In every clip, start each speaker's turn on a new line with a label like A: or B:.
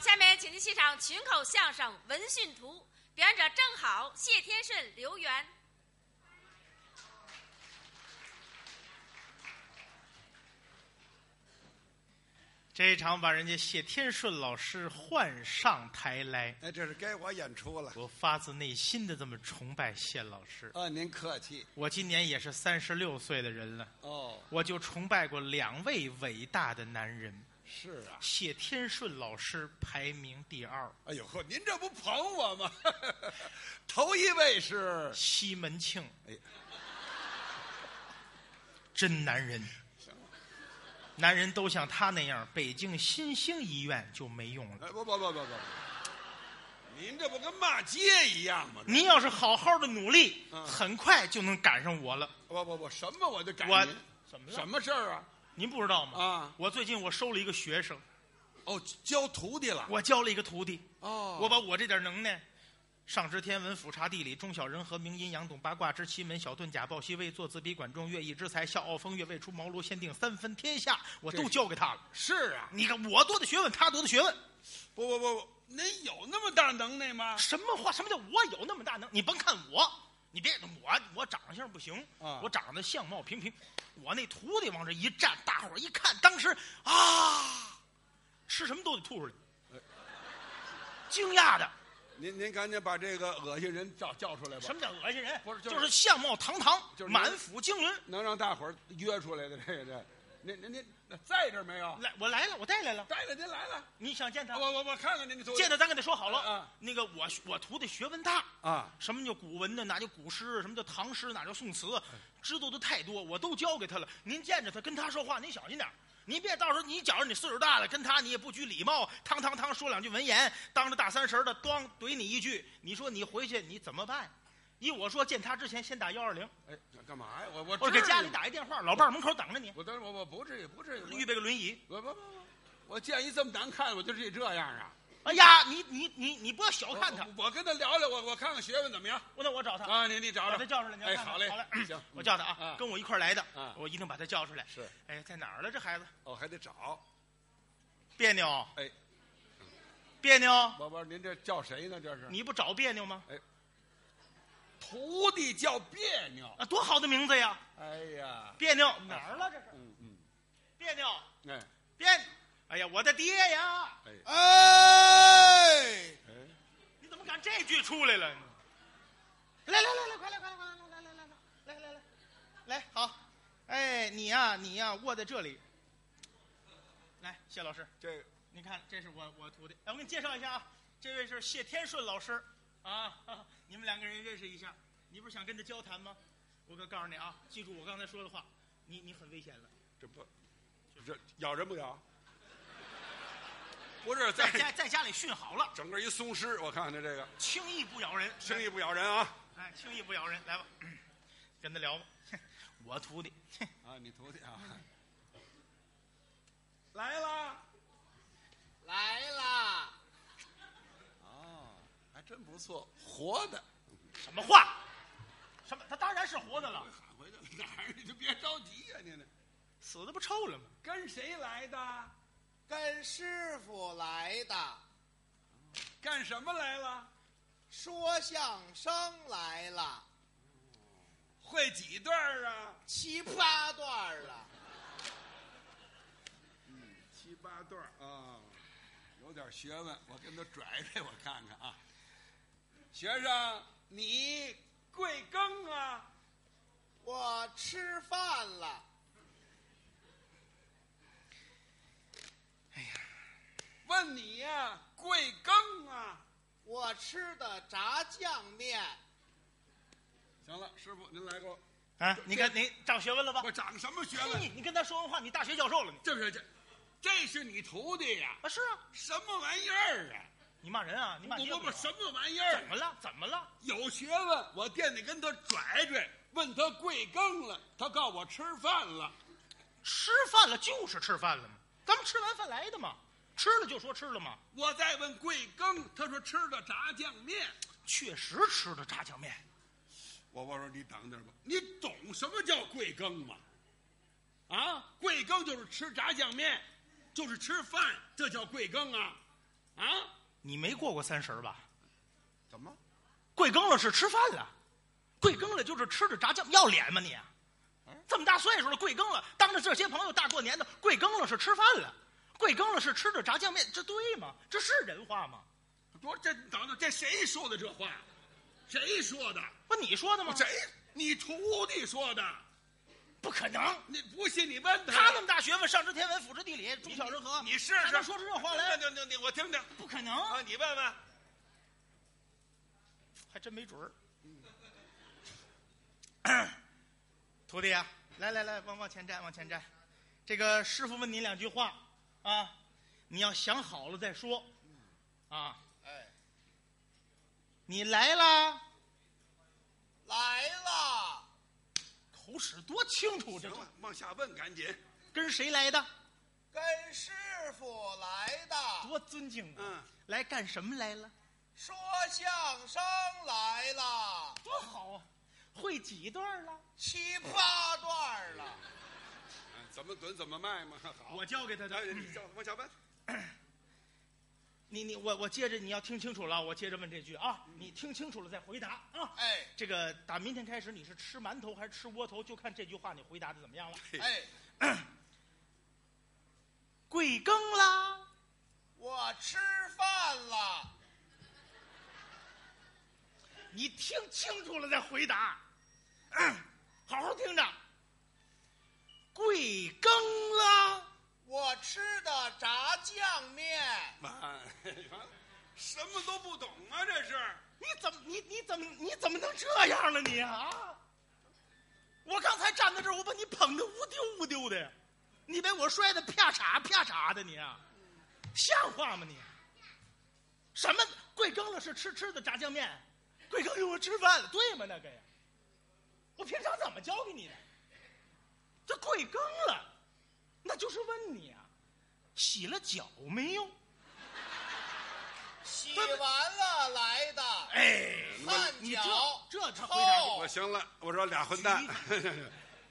A: 下面请进欣赏群口相声《闻讯图》，表演者郑好、谢天顺、刘源。
B: 这一场把人家谢天顺老师唤上台来，
C: 哎，这是该我演出了
B: 我发自内心的这么崇拜谢老师。
C: 啊！您客气
B: 我今年也是三十六岁的人了，
C: 哦，
B: 我就崇拜过两位伟大的男人，
C: 是啊。
B: 谢天顺老师排名第二，
C: 哎呦呵，您这不捧我 吗？头一位是，
B: 西门庆，
C: 哎，
B: 真男人。男人都像他那样，北京新兴医院就没用了。
C: 哎不不不不不，您这不跟骂街一样吗？
B: 您要是好好的努力，
C: 嗯
B: 很快就能赶上我了。
C: 不不不，什么我就赶
B: 我
C: 您，
B: 怎么了
C: 什么事儿啊？
B: 您不知道吗？
C: 啊
B: 我最近我收了一个学生，
C: 哦，教徒弟了。
B: 我教了一个徒弟，
C: 哦，
B: 我把我这点能耐，上知天文，俯察地理，中晓人和，明阴阳，懂八卦，知奇门，小遁甲，抱膝位坐，自比管仲，乐毅之才，笑傲风月，未出茅庐，先定三分天下，我
C: 这
B: 都
C: 是
B: 教给他了。
C: 是啊，
B: 你看我多的学问，他多的学问，
C: 不不不不，您有那么大能耐吗？
B: 什么话？什么叫我有那么大能？你甭看我，你别我我长相不行
C: 啊
B: 我长得相貌平平，我那徒弟往这一站，大伙儿一看，当时啊，吃什么都得吐出来，
C: 哎
B: 惊讶的。
C: 您您赶紧把这个恶心人叫叫出来吧
B: 什。么叫恶心人？
C: 不是就
B: 就是是相貌堂堂，
C: 就是
B: 满腹经纶。
C: 能让大伙儿约出来的这个这，您您您在这儿没有？
B: 来，我来了，我带来了。
C: 在了，您来了。
B: 你想见他？
C: 我我我看看您的徒弟
B: 见他，咱给他说好
C: 啊
B: 了
C: 啊。
B: 那个我我徒弟学问大，
C: 啊，
B: 什么叫古文呢？哪叫古诗？什么叫唐诗？哪叫宋词？知道的太多，我都教给他了。您见着他，跟他说话，您小心点儿您别到时候你觉着你岁数大了，跟他你也不拘礼貌，汤汤汤说两句文言，当着大三十儿的咣怼你一句，你说你回去你怎么办？依我说，见他之前先打幺二零，
C: 哎，干嘛呀？我我
B: 或者
C: 至
B: 给
C: 于
B: 家里
C: 吗，
B: 打一电话，老伴儿门口等着你，
C: 我当时我我不至于不至
B: 预
C: 于，
B: 备个轮椅。
C: 我我我我我见一这么难看，我就至于这样啊？
B: 哎呀，你你你你不要小
C: 我
B: 看他，
C: 我我跟他聊聊，我我看看学问怎么样
B: 我那我找他，
C: 啊？你你找
B: 把
C: 找
B: 他叫出来，你要
C: 哎，
B: 看看
C: 好嘞
B: 好嘞，，
C: 行，
B: 我叫他啊
C: 啊，
B: 跟我一块儿来的
C: 啊，
B: 我一定把他叫出来。
C: 是，
B: 哎呀，在哪儿了这孩子？
C: 哦，还得找。
B: 别扭，
C: 哎，
B: 别扭，
C: 我我您这叫谁呢？这是
B: 你不找别扭吗？
C: 徒弟叫别扭。
B: 啊，多好的名字呀！
C: 哎呀，
B: 别扭哪儿了这是？
C: 嗯嗯，
B: 别扭，
C: 哎
B: 别，哎呀，我的爹呀！
C: 哎
D: 哎，
C: 哎，
B: 你怎么敢这句出来了？来来来来，快来快来快来来来来来来来来来好，哎，你呀、你呀、卧在这里。来，谢老师，
C: 这个
B: 您看，这是我我徒弟，哎，我给你介绍一下啊，这位是谢天顺老师啊，你们两个人认识一下。你不是想跟他交谈吗？我可告诉你啊，记住我刚才说的话，你你很危险了。
C: 这不这咬人不咬？不是，在
B: 在 家在家里训好了，
C: 整个一松狮，我看看他这个，
B: 轻易不咬人，
C: 轻易不咬人啊！
B: 哎，轻易不咬人，来吧，嗯跟他聊吧。 我徒弟，
C: 啊，你徒弟啊， 来啦！
D: 来啦！
C: 哦，还真不错，活的。
B: 什么话？什么？他当然是活的了，
C: 喊回去哪儿？你就别着急呀、你呢？
B: 死的不臭了吗？
C: 跟谁来的？
D: 跟师傅来的，
C: 干什么来了？
D: 说相声来了，
C: 会几段儿啊？
D: 七八段儿了。
C: 七八段啊、有点学问。我跟他拽拽，我看看啊。学生，你贵庚啊？
D: 我吃饭了，
C: 问你呀、贵庚啊？
D: 我吃的炸酱面，
C: 行了，师傅您来过。
B: 啊，你看您长学问了吧？
C: 我长什么学
B: 嘿，
C: 问？
B: 你跟他说完话，你大学教授了你
C: 这是这，这是你徒弟呀、
B: 啊？是啊，
C: 什么玩意儿啊？
B: 你骂人啊？你骂
C: 我
B: 街
C: 我
B: 不
C: 我
B: 是
C: 什么玩意
B: 怎
C: 儿？啊
B: 么了？怎么了？
C: 有学问，我惦记跟他拽拽，问他贵庚了，他告我吃饭了。
B: 吃饭了就是吃饭了嘛，咱们吃完饭来的嘛，吃了就说吃了嘛，
C: 我再问贵庚，他说吃的炸酱面。
B: 确实吃的炸酱面。
C: 我我说你等等吧，你懂什么叫贵庚吗？啊，贵庚就是吃炸酱面，就是吃饭，这叫贵庚啊！啊？
B: 你没过过三十儿吧？
C: 怎么？
B: 贵庚了是吃饭了，贵庚了就是吃着炸酱，要脸吗你？啊
C: 嗯
B: 这么大岁数了，贵庚了，当着这些朋友大过年的，贵庚了是吃饭了，贵庚了是吃着炸酱面，这对吗？这是人话吗？
C: 不是，这等等，这谁说的这话？谁说的？
B: 不你说的吗？
C: 谁？你徒弟说的？
B: 不可能！
C: 你不信你问啊他。
B: 他那么大学问，上知天文，辅知地理，中晓人和，
C: 你试
B: 还
C: 试
B: 能说出这话来？
C: 你你你，我听听
B: 不可能，
C: 啊！你问问，
B: 还真没准儿。徒弟啊，来来来，往往前站，往前站。这个师傅问您两句话啊，你要想好了再说啊。
D: 哎，
B: 你来啦，
D: 来啦！
B: 口齿多清楚，这
C: 行
B: 个
C: 了，往下问，赶紧。
B: 跟谁来的？
D: 跟师傅来的，
B: 多尊敬啊！
C: 嗯
B: 来干什么来了？
D: 说相声来了，
B: 多好啊！会几段了？
D: 七八段了。
C: 哎怎么滚怎么卖嘛。好，
B: 我教给他
C: 哎
B: 的。
C: 你叫往下问。
B: 嗯你你我我接着你要听清楚了，我接着问这句啊，你听清楚了再回答啊。
D: 哎
B: 这个打明天开始你是吃馒头还是吃窝头，就看这句话你回答的怎么样了。
D: 哎，
B: 贵庚啦？
D: 我吃饭了，
B: 你听清楚了再回答，嗯好好听着。贵庚啦？
D: 我吃的炸酱面，
C: 妈，哎什么都不懂啊，这是。
B: 你怎么你你怎么你怎么能这样呢你啊！我刚才站在这儿，我把你捧得乌丢乌丢的，你被我摔得啪嚓啪嚓的你、啊，像话吗你？啊什么贵庚了是吃吃的炸酱面，贵庚给我吃饭了，对吗那个呀？我平常怎么教给你的？这贵庚了，那就是问你啊，洗了脚没有？
D: 洗完了来的，
B: 哎，
D: 汗
B: 你这
D: 脚
B: 这他回答这
D: 臭
C: 我行了，我说俩混蛋，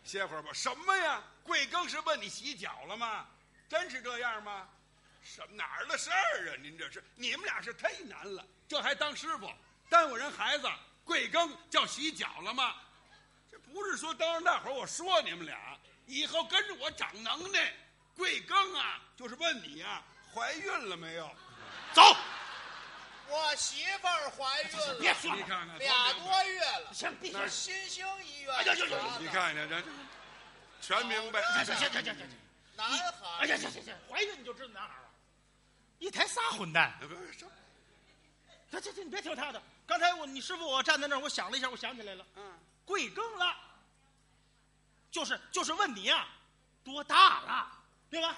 C: 歇会儿吧。什么呀？贵庚是问你洗脚了吗？真是这样吗？什么哪儿的事儿啊？您这是你们俩是忒难了，这还当师傅，耽误人孩子。贵庚叫洗脚了吗？这不是说当着大伙儿我说你们俩，以后跟着我长能耐。贵庚啊，就是问你啊，怀孕了没有？
B: 走。
D: 我媳妇儿怀孕
B: 别
D: 了，
B: 说
C: 你看看，
D: 俩多月了，
B: 行，闭嘴
C: 那。
D: 新兴医院
B: 哎
D: 查
B: 呦呦呦
D: 的
C: 你看看这，这全明白。
B: 行行行行行行，
D: 男
B: 哎
D: 孩
B: 呀行行行，怀孕你就知道男孩了，一台仨混蛋。
C: 不是什么
B: 这这这，你别听他的。刚才我你师傅我站在那儿，我想了一下，我想起来了，
C: 嗯，
B: 贵庚了，就是就是问你呀、多大了，对吧？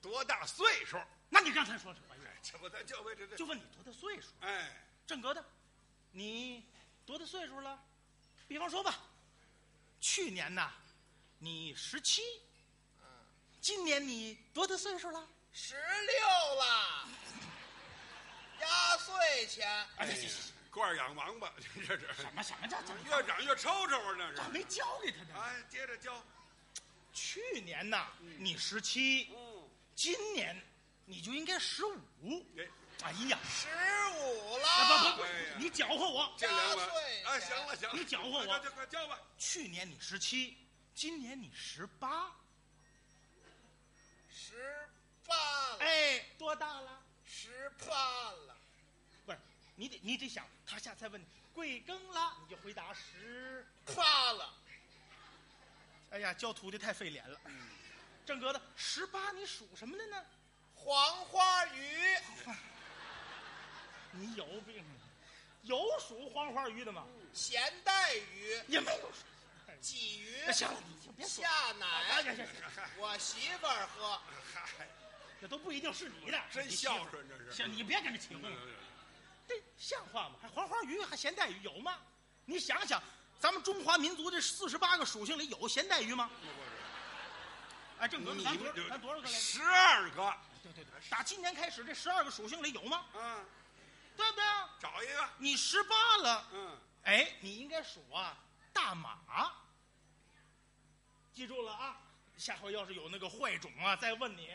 C: 多大岁数？
B: 那你刚才说是怀孕，
C: 哎，这不咱就为这这
B: 就问你多大岁数。
C: 哎，
B: 正格的，你多大岁数了？比方说吧，去年呐，你十七，今年你多大岁数了？
D: 十六了，压岁钱。
B: 哎呀，
C: 罐养王八， 这这这
B: 什么什么这这
C: 越长越抽抽啊，这
B: 这
C: 是。
B: 没教给他呢。
C: 哎，接着教。
B: 去年呐，你十七，
C: 嗯，
B: 今年你就应该十五。
C: 哎，
B: 哎呀，
D: 十五
B: 不
D: 了，
B: 不不
C: 哎呀，
B: 你搅和我。
C: 这两碗
D: 八岁。
C: 哎，行了行了，
B: 你搅和我
C: 那就快教吧。
B: 去年你十七，今年你十八，
D: 十八了，
B: 哎，多大了？
D: 十八了，
B: 不是，你得你得想，他下次再问你贵庚了，你就回答十。
D: 八了，
B: 哎呀，教徒弟太费脸了。正格的十八，你属什么的呢？
D: 黄花鱼，
B: 你有病，啊有属黄花鱼的吗？
D: 咸带鱼，
B: 也没有属。哎
D: 鲫
B: 那
D: 鱼，
B: 行了，你就别说了。
D: 下
B: 哎呀呀
D: 奶，
B: 呀！
D: 我媳妇儿喝。
C: 嗨，
B: 这都不一定是你的，
C: 真孝顺这是
B: 行，你别跟着
C: 嗯
B: 起哄，这像话吗？还黄花鱼，还咸带鱼有吗？你想想，咱们中华民族这四十八个属性里有咸带鱼吗？
C: 嗯
B: 哎，正格，咱多少咱多少个来着？
C: 十二个
B: 对对对，打今年开始，这十二个属性里有吗？
C: 啊，
B: 对不对啊？
C: 找一个。
B: 你十八了，
C: 嗯，
B: 哎，你应该数啊，大马。记住了啊，下回要是有那个坏种啊，再问你，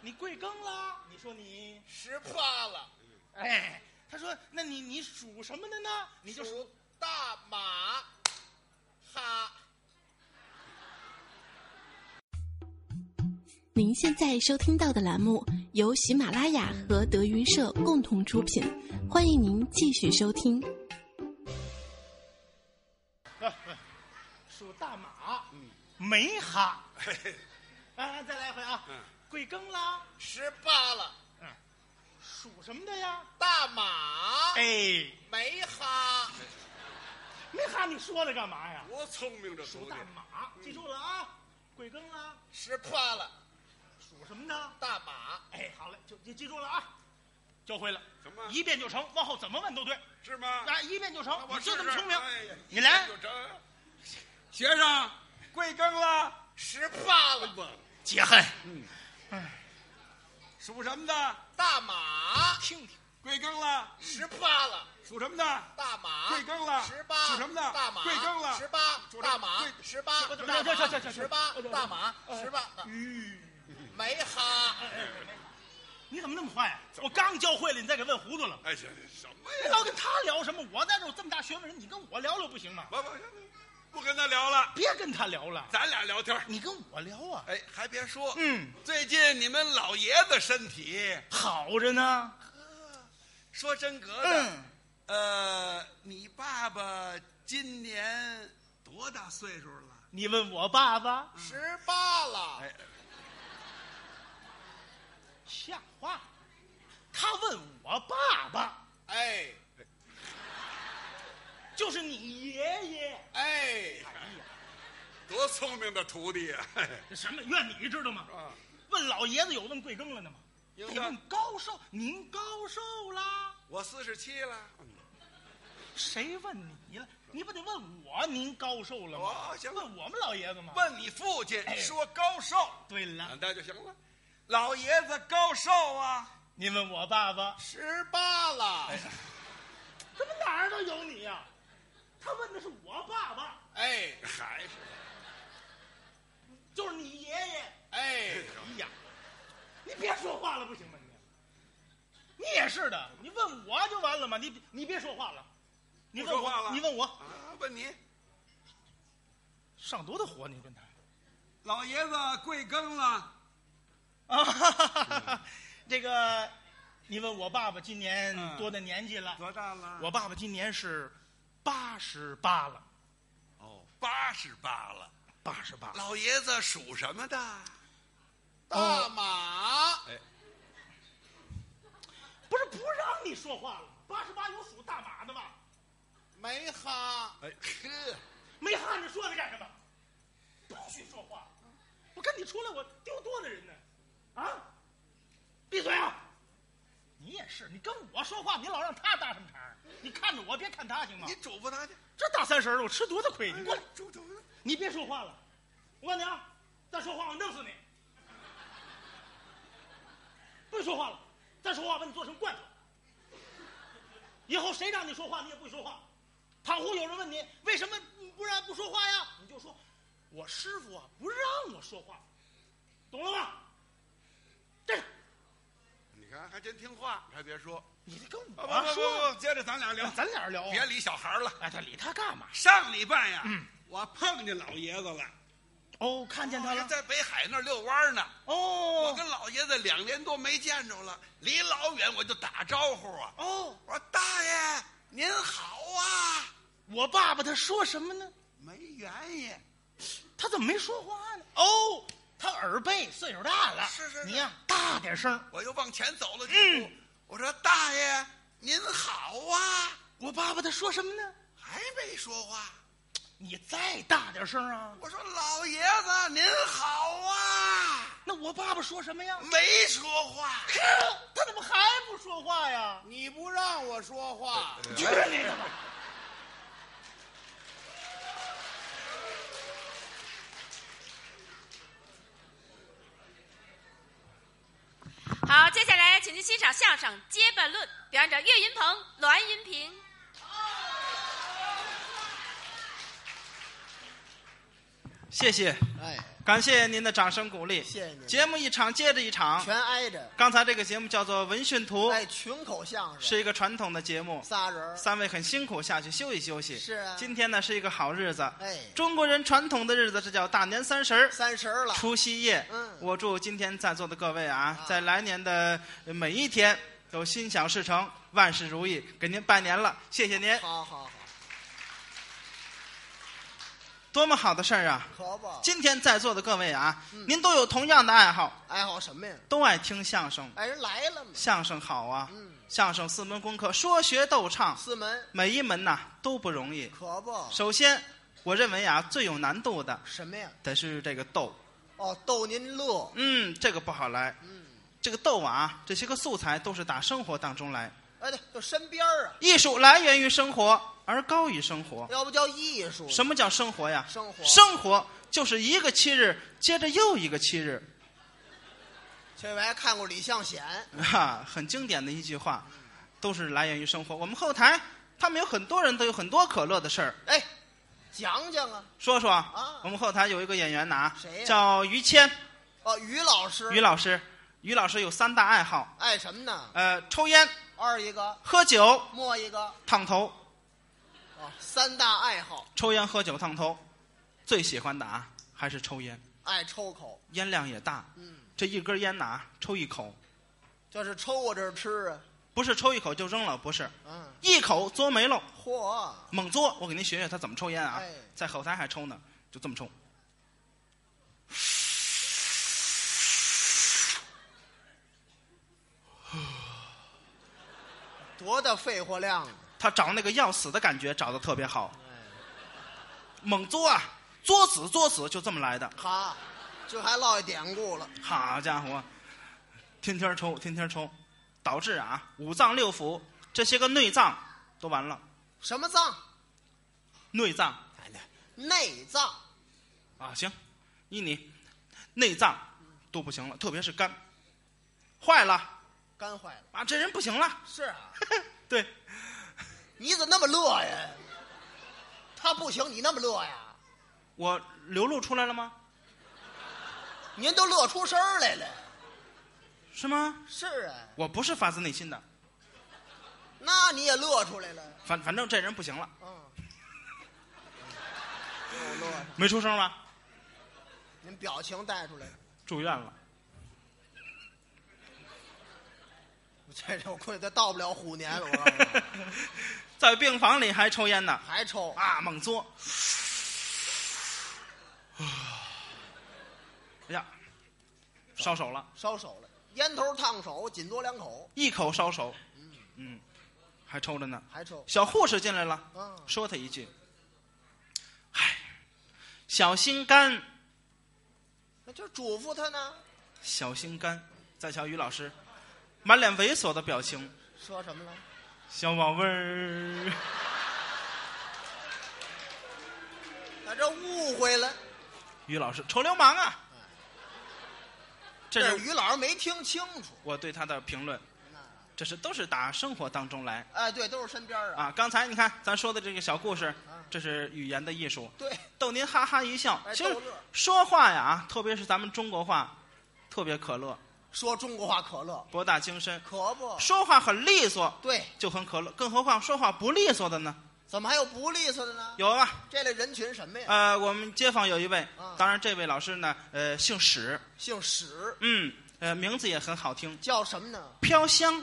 B: 你贵庚啦？你说你，
D: 十八了，
B: 哎，他说那你你属什么的呢？你就
D: 属大马，哈。
E: 您现在收听到的栏目由喜马拉雅和德云社共同出品，欢迎您继续收听。
B: 属大马，嗯没哈。啊，再来一回啊
C: 嗯。
B: 贵庚啦？
D: 十八了，
B: 属什么的呀？
D: 大马
B: 哎，
D: 没哈，
B: 没哈，你说了干嘛呀？
C: 多聪明这徒
B: 属
C: 弟
B: 大，马，记住了啊。贵庚啦？
D: 十八了，
B: 属什么的？
D: 大马
B: 哎，好嘞，就你记住了啊。教会了，
C: 怎么
B: 一遍就成，往后怎么问都对。
C: 是吗？
B: 哎，一遍就成
C: 那，我
B: 你就
C: 试
B: 这么
C: 试
B: 聪明
C: 哎呀。
B: 你来
C: 就，这学生，贵庚了？
D: 十八了，
B: 解恨，
C: 属什么的？
D: 大马
B: 听听。
C: 贵庚了？
D: 十八了，
C: 属什么的？
D: 大马
C: 贵庚了
D: 十八
C: 属什么的
D: 大马
C: 贵庚了
D: 十八
C: 属什么
D: 大马
C: 贵
D: 十八
B: 这这
D: 大马
B: 这这这
D: 十八大马十八大没哈
B: 你怎么那么坏、啊？我刚教会了，你再给问糊涂了。
C: 哎，这什么
B: 你
C: 呀？
B: 老跟他聊什么？我在这有这么大学问人，你跟我聊聊不行吗？
C: 不不不跟他聊了，
B: 别跟他聊了，
C: 咱俩聊天。
B: 你跟我聊啊。
C: 哎，还别说，
B: 嗯，
C: 最近你们老爷子身体
B: 好着呢。
C: 说真格的，
B: 嗯，
C: 呃，你爸爸今年多大岁数了？
B: 你问我爸爸，
D: 十八了
C: 哎，
B: 像话？他问我爸爸，
D: 哎
B: 就是你爷爷。
D: 哎
B: 哎呀，
C: 多聪明的徒弟呀、啊！
B: 这什么怨你知道吗？问老爷子有问贵庚了的吗？
C: 应
B: 得
C: 该
B: 问高寿，您高寿啦？
C: 我四十七了，
B: 谁问你了？你不得问我您高寿了吗？
C: 哦行了
B: 问我们老爷子吗？
C: 问你父亲说高寿，
B: 对了，
C: 那就行了。老爷子高寿啊！
B: 您问我爸爸，
D: 十八了
B: 怎么哪儿都有你呀、他问的是我爸爸，
D: 哎
C: 还是
B: 就是你爷爷。
D: 哎
B: 哎呀，你别说话了，不行吗你？你也是的，你问我就完了嘛，你你别说话了，你问
C: 不说话
B: 我，
C: 了
B: 你问我
C: 啊？问你，
B: 上多大火？你问他
C: 老爷子贵庚了？
B: 啊哈哈哈哈， 这个，你问我爸爸今年
C: 嗯
B: 多大年纪了？
C: 多大了？
B: 我爸爸今年是八十八了，
C: 哦，八十八了。
B: 八十八。
C: 老爷子属什么的？
D: 大马
B: 不是不让你说话了？八十八有属大马的吗？
D: 没哈
C: 哎呵，
B: 没哈着说他干什么？不许说话！我跟你出来，我丢多的人呢！啊，闭嘴啊！你也是，你跟我说话，你老让他搭什么茬儿？你看着我，别看他行吗
C: 你？嘱咐他去。
B: 这大三十儿了，我吃多大亏？你过来，
C: 嘱嘱咐
B: 你别说话了！我告诉你啊，再说话我弄死你！不许说话了，再说话把你做成罐头。以后谁让你说话，你也不许说话。倘或有人问你为什么不然不说话呀，你就说：“我师傅啊不让我说话，懂了吗？”这
C: 你看，还真听话，还别说。
B: 你得跟
C: 啊
B: 我说，
C: 不，接着咱俩聊
B: 咱俩聊啊。
C: 别理小孩了。
B: 哎，他理他干嘛？
C: 上礼拜呀，我碰见老爷子了，
B: 哦，看见他
C: 还
B: 了。
C: 在北海那儿遛弯呢。我
B: 哦
C: 跟老爷子两年多没见着了，离老远我就打招呼啊。
B: 哦，
C: 我说大爷您好啊，
B: 我爸爸他说什么呢？
C: 没原因。
B: 他怎么没说话呢？哦，他耳背，岁数大了。
C: 是是是
B: 你呀、大点声。
C: 我又往前走了几
B: 嗯
C: 步，我说大爷您好啊，
B: 我爸爸他说什么呢？
C: 还没说话。
B: 你再大点声啊！
C: 我说老爷子您好啊，
B: 那我爸爸说什么呀？
C: 没说话。
B: 他怎么还不说话呀？
D: 你不让我说话
B: 去你的吧！
A: 好，接下来请您欣赏相声《接班论》，表演者岳云鹏、栾云平。
F: 谢谢，
D: 哎，
F: 感谢您的掌声鼓励。
D: 谢谢您
F: 节目一场接着一场。
D: 全挨着，
F: 刚才这个节目叫做《闻讯图》，
D: 哎，群口相声，
F: 是一个传统的节目，
D: 仨人儿，
F: 三位很辛苦下去休息休息。
D: 是啊
F: 今天呢是一个好日子。
D: 哎
F: 中国人传统的日子是叫大年三十儿。
D: 三十儿了，
F: 除夕夜。
D: 嗯
F: 我祝今天在座的各位啊
D: 啊，
F: 在来年的每一天都心想事成，万事如意。给您拜年了，谢谢您，
D: 好好好，
F: 多么好的事儿啊！
D: 可不，
F: 今天在座的各位啊，
D: 嗯
F: 您都有同样的爱好，
D: 爱好什么呀？
F: 都爱听相声。
D: 哎，人来了嘛，
F: 相声好啊，
D: 嗯
F: 相声四门功课，说学逗唱，
D: 四门，
F: 每一门呐、都不容易。
D: 可不，
F: 首先，我认为啊，最有难度的
D: 什么呀？
F: 得是这个逗，
D: 哦，逗您乐，
F: 嗯，这个不好来。
D: 嗯，
F: 这个逗啊，这些个素材都是打生活当中来。
D: 哎，对，就身边儿啊，
F: 艺术来源于生活，而高于生活。
D: 要不叫艺术，
F: 什么叫生活呀？
D: 生活
F: 生活就是一个七日接着又一个七日，
D: 这我还看过李相显，
F: 啊，很经典的一句话，都是来源于生活。我们后台他们有很多人都有很多可乐的事儿，
D: 哎，讲讲啊，
F: 说说
D: 啊
F: 我们后台有一个演员呢、啊
D: 谁呀
F: 叫于谦，
D: 哦，于老师，
F: 于老师，于老师有三大爱好，
D: 爱什么呢？
F: 呃，抽烟、
D: 二一个，
F: 喝酒、
D: 墨一个，
F: 烫头。
D: 哦，三大爱好，
F: 抽烟、喝酒、烫头，最喜欢的啊还是抽烟，
D: 爱抽口，
F: 烟量也大，
D: 嗯，
F: 这一根烟呐、抽一口。
D: 就是抽我这儿吃啊，
F: 不是抽一口就扔了，不是
D: 嗯，
F: 一口嘬没了，
D: 嚯，
F: 猛嘬。我给您学学他怎么抽烟啊
D: 哎，
F: 在后台还抽呢，就这么抽。
D: 多大肺活量啊！
F: 他找那个要死的感觉找的特别好，
B: 哎
F: 猛嘬啊，嘬死嘬死，就这么来的。
D: 哈，这还落下典故了，
F: 好家伙，天天抽，天天抽，导致啊五脏六腑这些个内脏都完了，
D: 什么脏？
F: 内脏
D: 内脏，
F: 啊行，依你，内脏都不行了，特别是肝，坏了
D: 肝坏了。
F: 啊，这人不行了，
D: 是啊，
F: 对。
D: 你怎么那么乐呀？他不行，你那么乐呀？
F: 我流露出来了吗？
D: 您都乐出声儿来了。
F: 是吗？
D: 是啊，
F: 我不是发自内心的，
D: 那你也乐出来了。
F: 反反正这人不行了，
D: 嗯， 又乐上，
F: 没出声吧？
D: 您表情带出来了。
F: 住院了。
D: 我 这这我估计他到不了虎年了，我告 诉你，
F: 在病房里还抽烟呢，
D: 还抽
F: 啊，猛嘬。哎呀，烧手了，
D: 烧手了，烟头烫手，紧嘬两口，
F: 一口烧手，嗯，还抽着呢。
D: 还抽。
F: 小护士进来了，
D: 嗯，
F: 说他一句：“唉，小心肝，
D: 那就嘱咐他呢。
F: 小心肝。”再瞧于老师，满脸猥琐的表情，
D: 说什么了？
F: 小宝贝儿。
D: 那这误会了。
F: 于老师，臭流氓啊！
D: 嗯
F: 这
D: 这
F: 是
D: 于老师没听清楚。
F: 我对他的评论，这是都是打生活当中来
D: 哎，对，都是身边儿啊。
F: 啊。刚才你看咱说的这个小故事，这是语言的艺术，
D: 对，
F: 逗您哈哈一笑。
D: 哎
F: 其实
D: 逗乐儿
F: 说话呀啊，特别是咱们中国话，特别可乐，
D: 说中国话可乐，
F: 博大精深，
D: 可不。
F: 说话很利索
D: 对，
F: 就很可乐，更何况说话不利索的呢？
D: 怎么还有不利索的呢？
F: 有啊，
D: 这类人群什么呀？
F: 呃，我们街坊有一位
D: 啊，
F: 当然这位老师呢，呃，姓史，
D: 姓史，
F: 嗯，呃，名字也很好听，
D: 叫什么呢？
F: 飘香，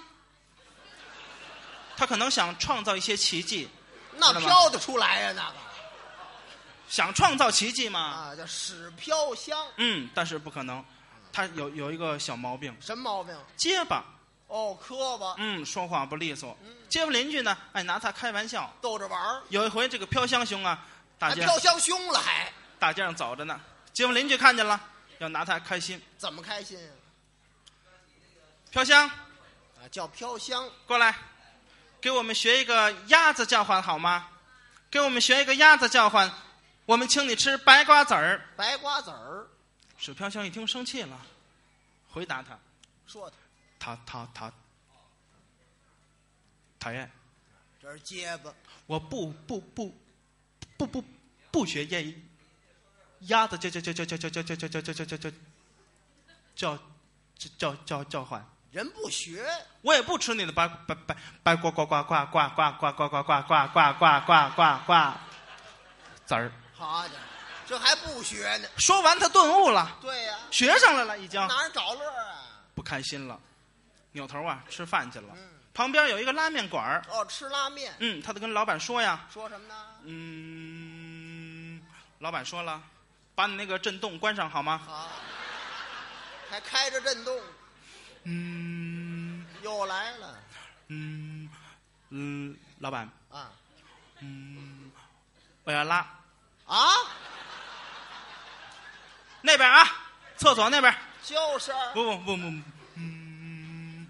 F: 他可能想创造一些奇迹，
D: 那
F: 知道吗啊
D: 飘得出来呀、那个
F: 想创造奇迹嘛？
D: 啊，叫史飘香，
F: 嗯，但是不可能，他有有一个小毛病，
D: 什么毛病？
F: 结巴，
D: 哦，磕巴，
F: 嗯，说话不利索，街坊邻居呢爱拿他开玩笑。
D: 逗着玩儿，
F: 有一回，这个飘香兄啊，大
D: 还
F: 街
D: 飘香胸了还，
F: 大街上走着呢，街坊邻居看见了，要拿他开心。
D: 怎么开心呀、
F: 飘香，
D: 啊？叫飘香，
F: 过来，给我们学一个鸭子叫唤好吗？给我们学一个鸭子叫唤，我们请你吃白瓜子儿。
D: 白瓜子儿，
F: 史飘香一听生气了，回答他：“
D: 说他
F: 他他他，讨厌，
D: 这是结巴，
F: 我不不不不不不学业
B: 鸭子叫叫叫叫叫叫叫叫叫叫叫叫叫叫叫叫叫唤。
D: 人不学，
B: 我也不吃你的白白白白呱呱呱呱呱呱呱呱呱呱呱呱呱呱呱呱籽儿。
D: 好家伙，这还不学呢？
B: 说完，他顿悟了，
D: 对呀、
B: 学上来了，已经
D: 哪儿找乐儿啊？
B: 不开心了，扭头啊吃饭去了。
D: 嗯，
B: 旁边有一个拉面馆儿，
D: 哦，吃拉面，
B: 嗯，他就跟老板说呀，
D: 说什么呢？
B: 嗯，老板说了，把你那个震动关上好吗？
D: 好，啊还开着震动，
B: 嗯
D: 又来了
B: 嗯嗯，老板，
D: 啊
B: 嗯，我要拉
D: 啊！
B: 那边啊，厕所那边。
D: 就是，哎
B: 不不不不，嗯，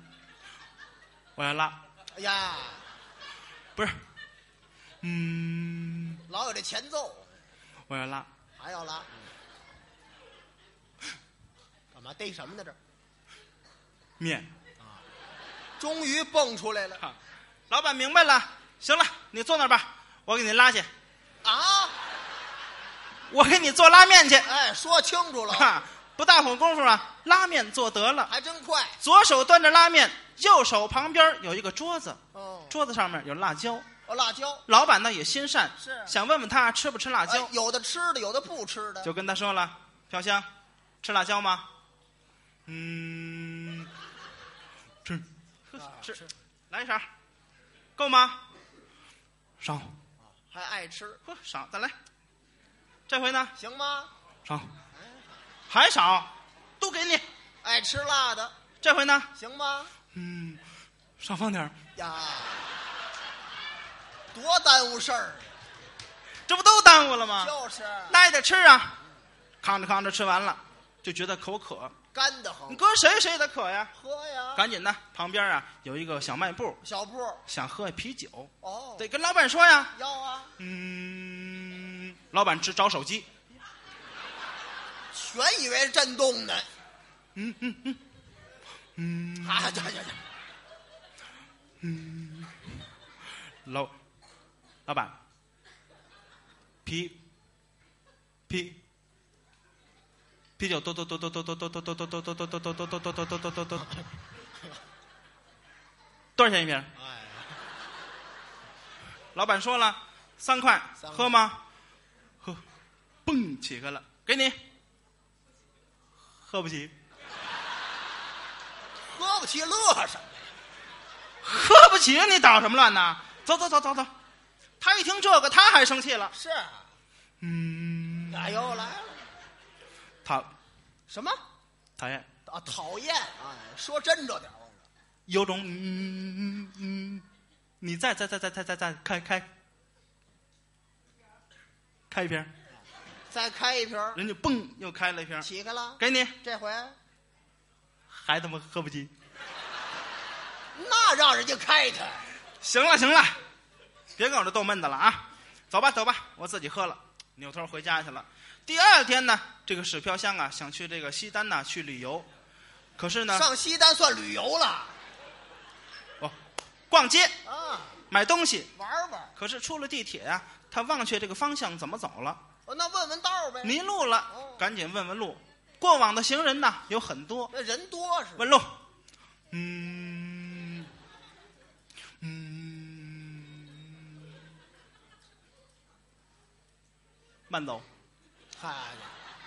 B: 我要拉，
D: 哎呀，
B: 不是，嗯，
D: 老有这前奏，
B: 我要拉，
D: 还要拉。干嘛逮什么呢？这
B: 面。
D: 终于蹦出来了
B: 啊老板明白了，行了，你坐那儿吧，我给你拉去，
D: 啊！
B: 我给你做拉面去。
D: 哎，说清楚了，
B: 哈，不大会儿功夫啊，拉面做得了。
D: 还真快。
B: 左手端着拉面，右手旁边有一个桌子，
D: 哦，
B: 桌子上面有辣椒。
D: 哦辣椒，
B: 老板呢也心善，
D: 是
B: 想问问他吃不吃辣椒
D: 哎，有的吃的，有的不吃的。
B: 就跟他说了：“飘香，吃辣椒吗？”嗯，吃，吃，来一勺，够吗？少，
D: 还爱吃，
B: 呵，少，再来。这回呢？
D: 行吗？
B: 少，还少，都给你。
D: 爱吃辣的，
B: 这回呢？
D: 行吗？
B: 嗯，少放点儿
D: 呀，多耽误事儿，
B: 这不都耽误了吗？
D: 就是
B: 啊那也得吃啊。扛着扛着吃完了，就觉得口渴，
D: 干得
B: 你
D: 很。
B: 搁谁谁也得渴呀。
D: 喝呀，
B: 赶紧的，旁边啊有一个小卖部，
D: 小铺
B: 想喝啤酒，
D: 哦，
B: 得跟老板说呀。
D: 要啊，
B: 嗯，老板只找手机。
D: 全以为是震动呢。
B: 嗯
D: 嗯嗯嗯，嗯，啊，呀呀呀，
B: 老，老板，啤，啤，啤酒多多多多多多多多多多多多多多多多多多多多多多，多少钱一瓶？
D: 哎，
B: 老板说了，三块，喝吗？喝，蹦起来了，给你。喝不起，
D: 喝不起乐什么？
B: 喝不起，你捣什么乱呢？走走走走走，他一听这个，他还生气了。
D: 是啊，
B: 嗯，
D: 哪又来了？
B: 讨
D: 什么？
B: 讨厌，
D: 啊，讨厌啊！哎说真着点儿，
B: 有种嗯嗯嗯，你再再再再再再再开开，开一瓶，
D: 再开一瓶儿，
B: 人家嘣又开了一瓶，
D: 起开了。
B: 给你，
D: 这回
B: 还他妈喝不起。
D: 那让人家开开，
B: 行了行了，别跟我这逗闷子了啊！走吧走吧，我自己喝了，扭头回家去了。第二天呢，这个史飘香啊，想去这个西单呐、去旅游，可是呢，
D: 上西单算旅游了
B: 哦，逛街
D: 啊，
B: 买东西，
D: 玩儿玩儿。
B: 可是出了地铁啊，他忘却这个方向怎么走了。
D: 哦那问问道儿呗。
B: 迷路了
D: 哦，
B: 赶紧问问路。过往的行人呐有很多，
D: 那人多是吧？
B: 问路。嗯嗯，慢走。
D: 嗨，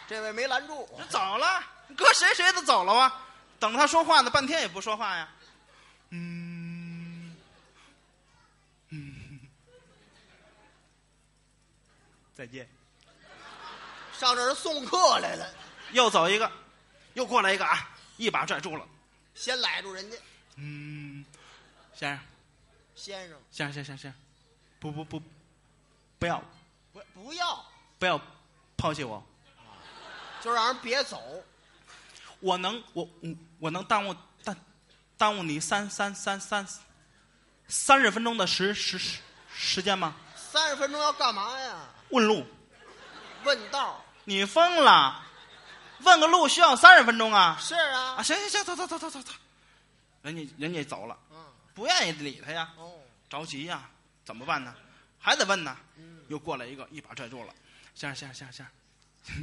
D: 这位没拦住。
B: 人走了，搁谁谁都走了啊！等他说话呢，半天也不说话呀。嗯嗯，再见。
D: 上这儿送客来了，
B: 又走一个，又过来一个啊！一把拽住了。
D: 先逮住人家
B: 嗯，先生，
D: 先生，
B: 先生，先生，先生，不不不，不要
D: 不不要，
B: 不要抛弃我，
D: 就让人别走。
B: 我能我我我能耽误耽耽误你三三三三三十分钟的时时时时间吗？
D: 三十分钟要干嘛呀？
B: 问路，
D: 问道儿
B: 你疯了？问个路需要三十分钟啊？
D: 是
B: 啊，
D: 啊，
B: 行行行，走走走走走走，人家人家走了，
D: 嗯，
B: 不愿意理他呀。
D: 哦，
B: 着急呀、怎么办呢？还得问呢。又过来一个，一把拽住了，先生，先生，先生，先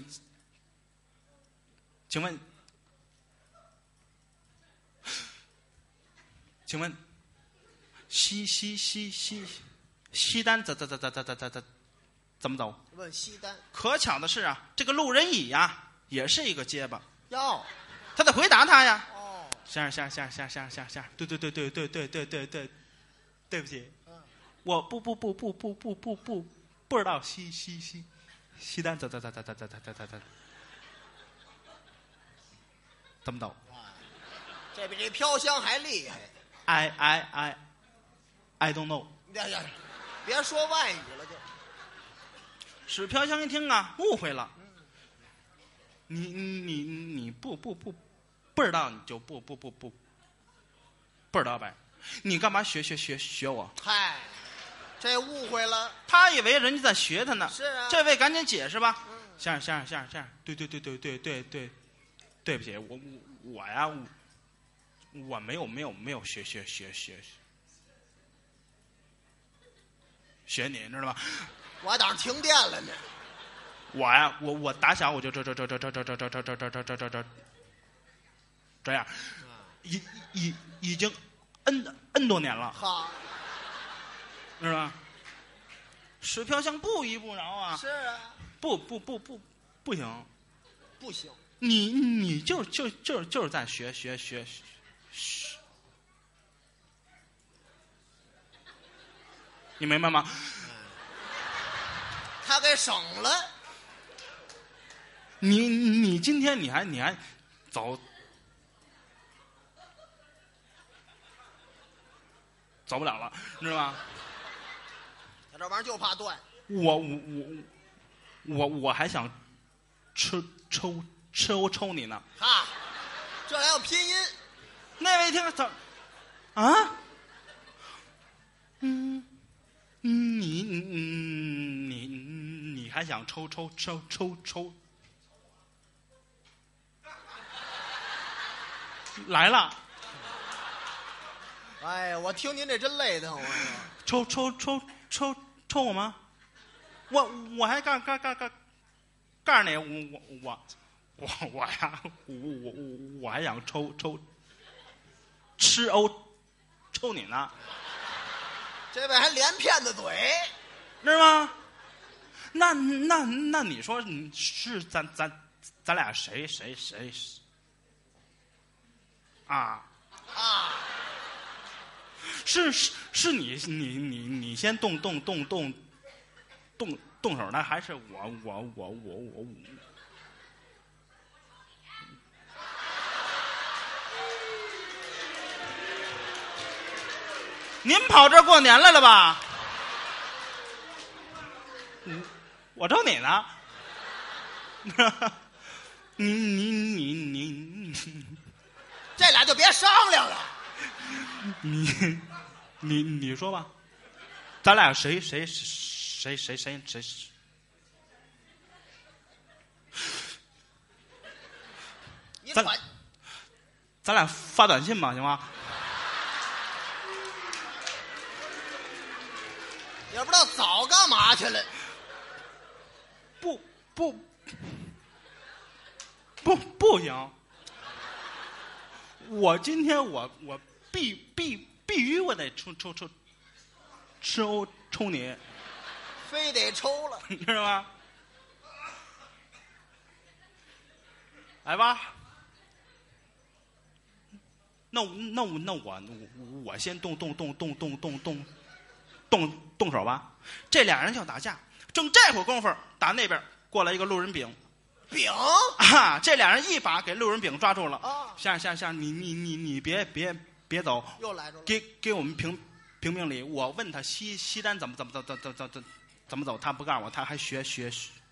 B: 生， 请，请问， 请问，西西西西西单怎怎怎怎怎怎怎怎么走？
D: 问西单
B: 可巧的是啊，这个路人乙呀、也是一个结巴，
D: 哟，
B: 他得回答他呀。
D: 哦，
B: 先生，先生，先生，先生，先生，先生，对对对对对对对对对，对不起，我不不不不不不不不不知道西西西西单怎怎怎怎怎怎怎怎怎怎么走
D: 这比这飘香还厉害。
B: ？I I I I don't know。
D: 呀呀，别说外语了，就
B: 史飘香一听啊，误会了，你你你不不不不知道你就不不不不不知道呗，你干嘛学学学学我？
D: 嗨，这误会了。
B: 他以为人家在学他呢。
D: 是啊嗯
B: 这位赶紧解释吧。先生，先生，先生，先生，对对对对对对对，对不起，我我我呀，我我没有没有没有学学学学学你，你知道吗？
D: 我还打算停电了呢。
B: 我呀，我我打小我就这这这这这这这这这这这这这这这这样，已已已经 n n 多年了，
D: 哈，
B: 知道吗？石飘香不依不饶啊！
D: 是啊，
B: 不不不不不行，
D: 不行，
B: 你你就就就就是在学学学学，你明白吗？
D: 他给省了。
B: 你你今天你还你还走走不了了，你知道吗？
D: 他这玩意儿就怕断。
B: 我我我我我还想抽抽抽抽你呢。
D: 哈，这还有拼音，
B: 那位一听怎啊？嗯，你你你你还想抽抽抽抽抽？来了，
D: 哎呀，我听您这真累的慌，啊我
B: 抽抽抽抽抽我吗？我我还告告告告告诉你，我我我我我呀，我我我我还想抽抽吃欧抽你呢。
D: 这位还连骗子嘴，
B: 是吗？那那那你说你是咱咱咱俩谁谁谁谁啊
D: 啊？
B: 是是是你你你你先动动动动动动手呢，还是我我我我我我？您跑这儿过年来了吧？我抽你呢。 你你你你你
D: 这俩就别商量了。
B: 你你你说吧，咱俩谁谁谁谁谁谁谁？
D: 你
B: 咱
D: 反
B: 咱俩发短信吧，行吗？
D: 也不知道早干嘛去了，
B: 不不不不行！我今天我我必必必须我得抽抽抽抽抽你，
D: 非得抽了。
B: 你知道吗？来吧，那我那我那我我先动动动动动动动动动手吧。这俩人就打打架，正这会儿功夫，打那边过来一个路人丙，
D: 饼，
B: 啊，这俩人一把给路人丙抓住了。
D: 啊
B: 下下下，你你你你别别别走，
D: 又来着了。
B: 给给我们评评评理。我问他西西单怎么怎么怎么怎么怎么怎么怎么走，他不告诉我，他还学学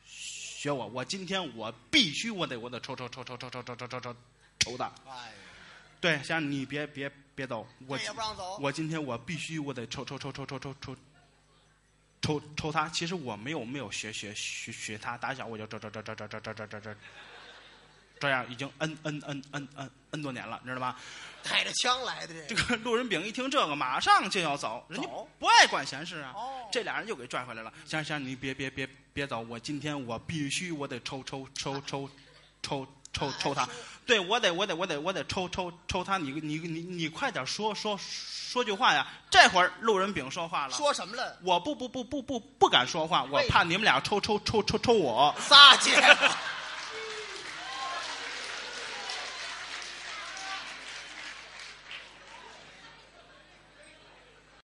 B: 学我。我今天我必须我得我得抽抽抽抽抽抽抽抽抽抽抽的。
D: 哎，
B: 对，像你别别别走，我
D: 这也不让走
B: 我今天我必须我得抽抽抽抽抽抽抽抽抽他。其实我没有没有学学学学他，打小我就抽抽抽抽抽抽抽抽抽
F: 这样已经 n n n n n n 多年了，你知道吗？
D: 带着枪来的这
F: 这
D: 个，
F: 个路人丙一听这个，马上就要走，人家
D: 走
F: 不爱管闲事啊。
D: 哦
F: 这俩人又给拽回来了。行行，你别别别别走，我今天我必须我得抽抽抽抽抽抽抽他，对我得我得我得我得抽抽抽他，你你你你快点说说说句话呀！这会儿路人丙说话了，
D: 说什么了？
F: 我不不不不不不敢说话，我
D: 为
F: 怕你们俩抽抽抽抽抽我。
D: 仨姐夫，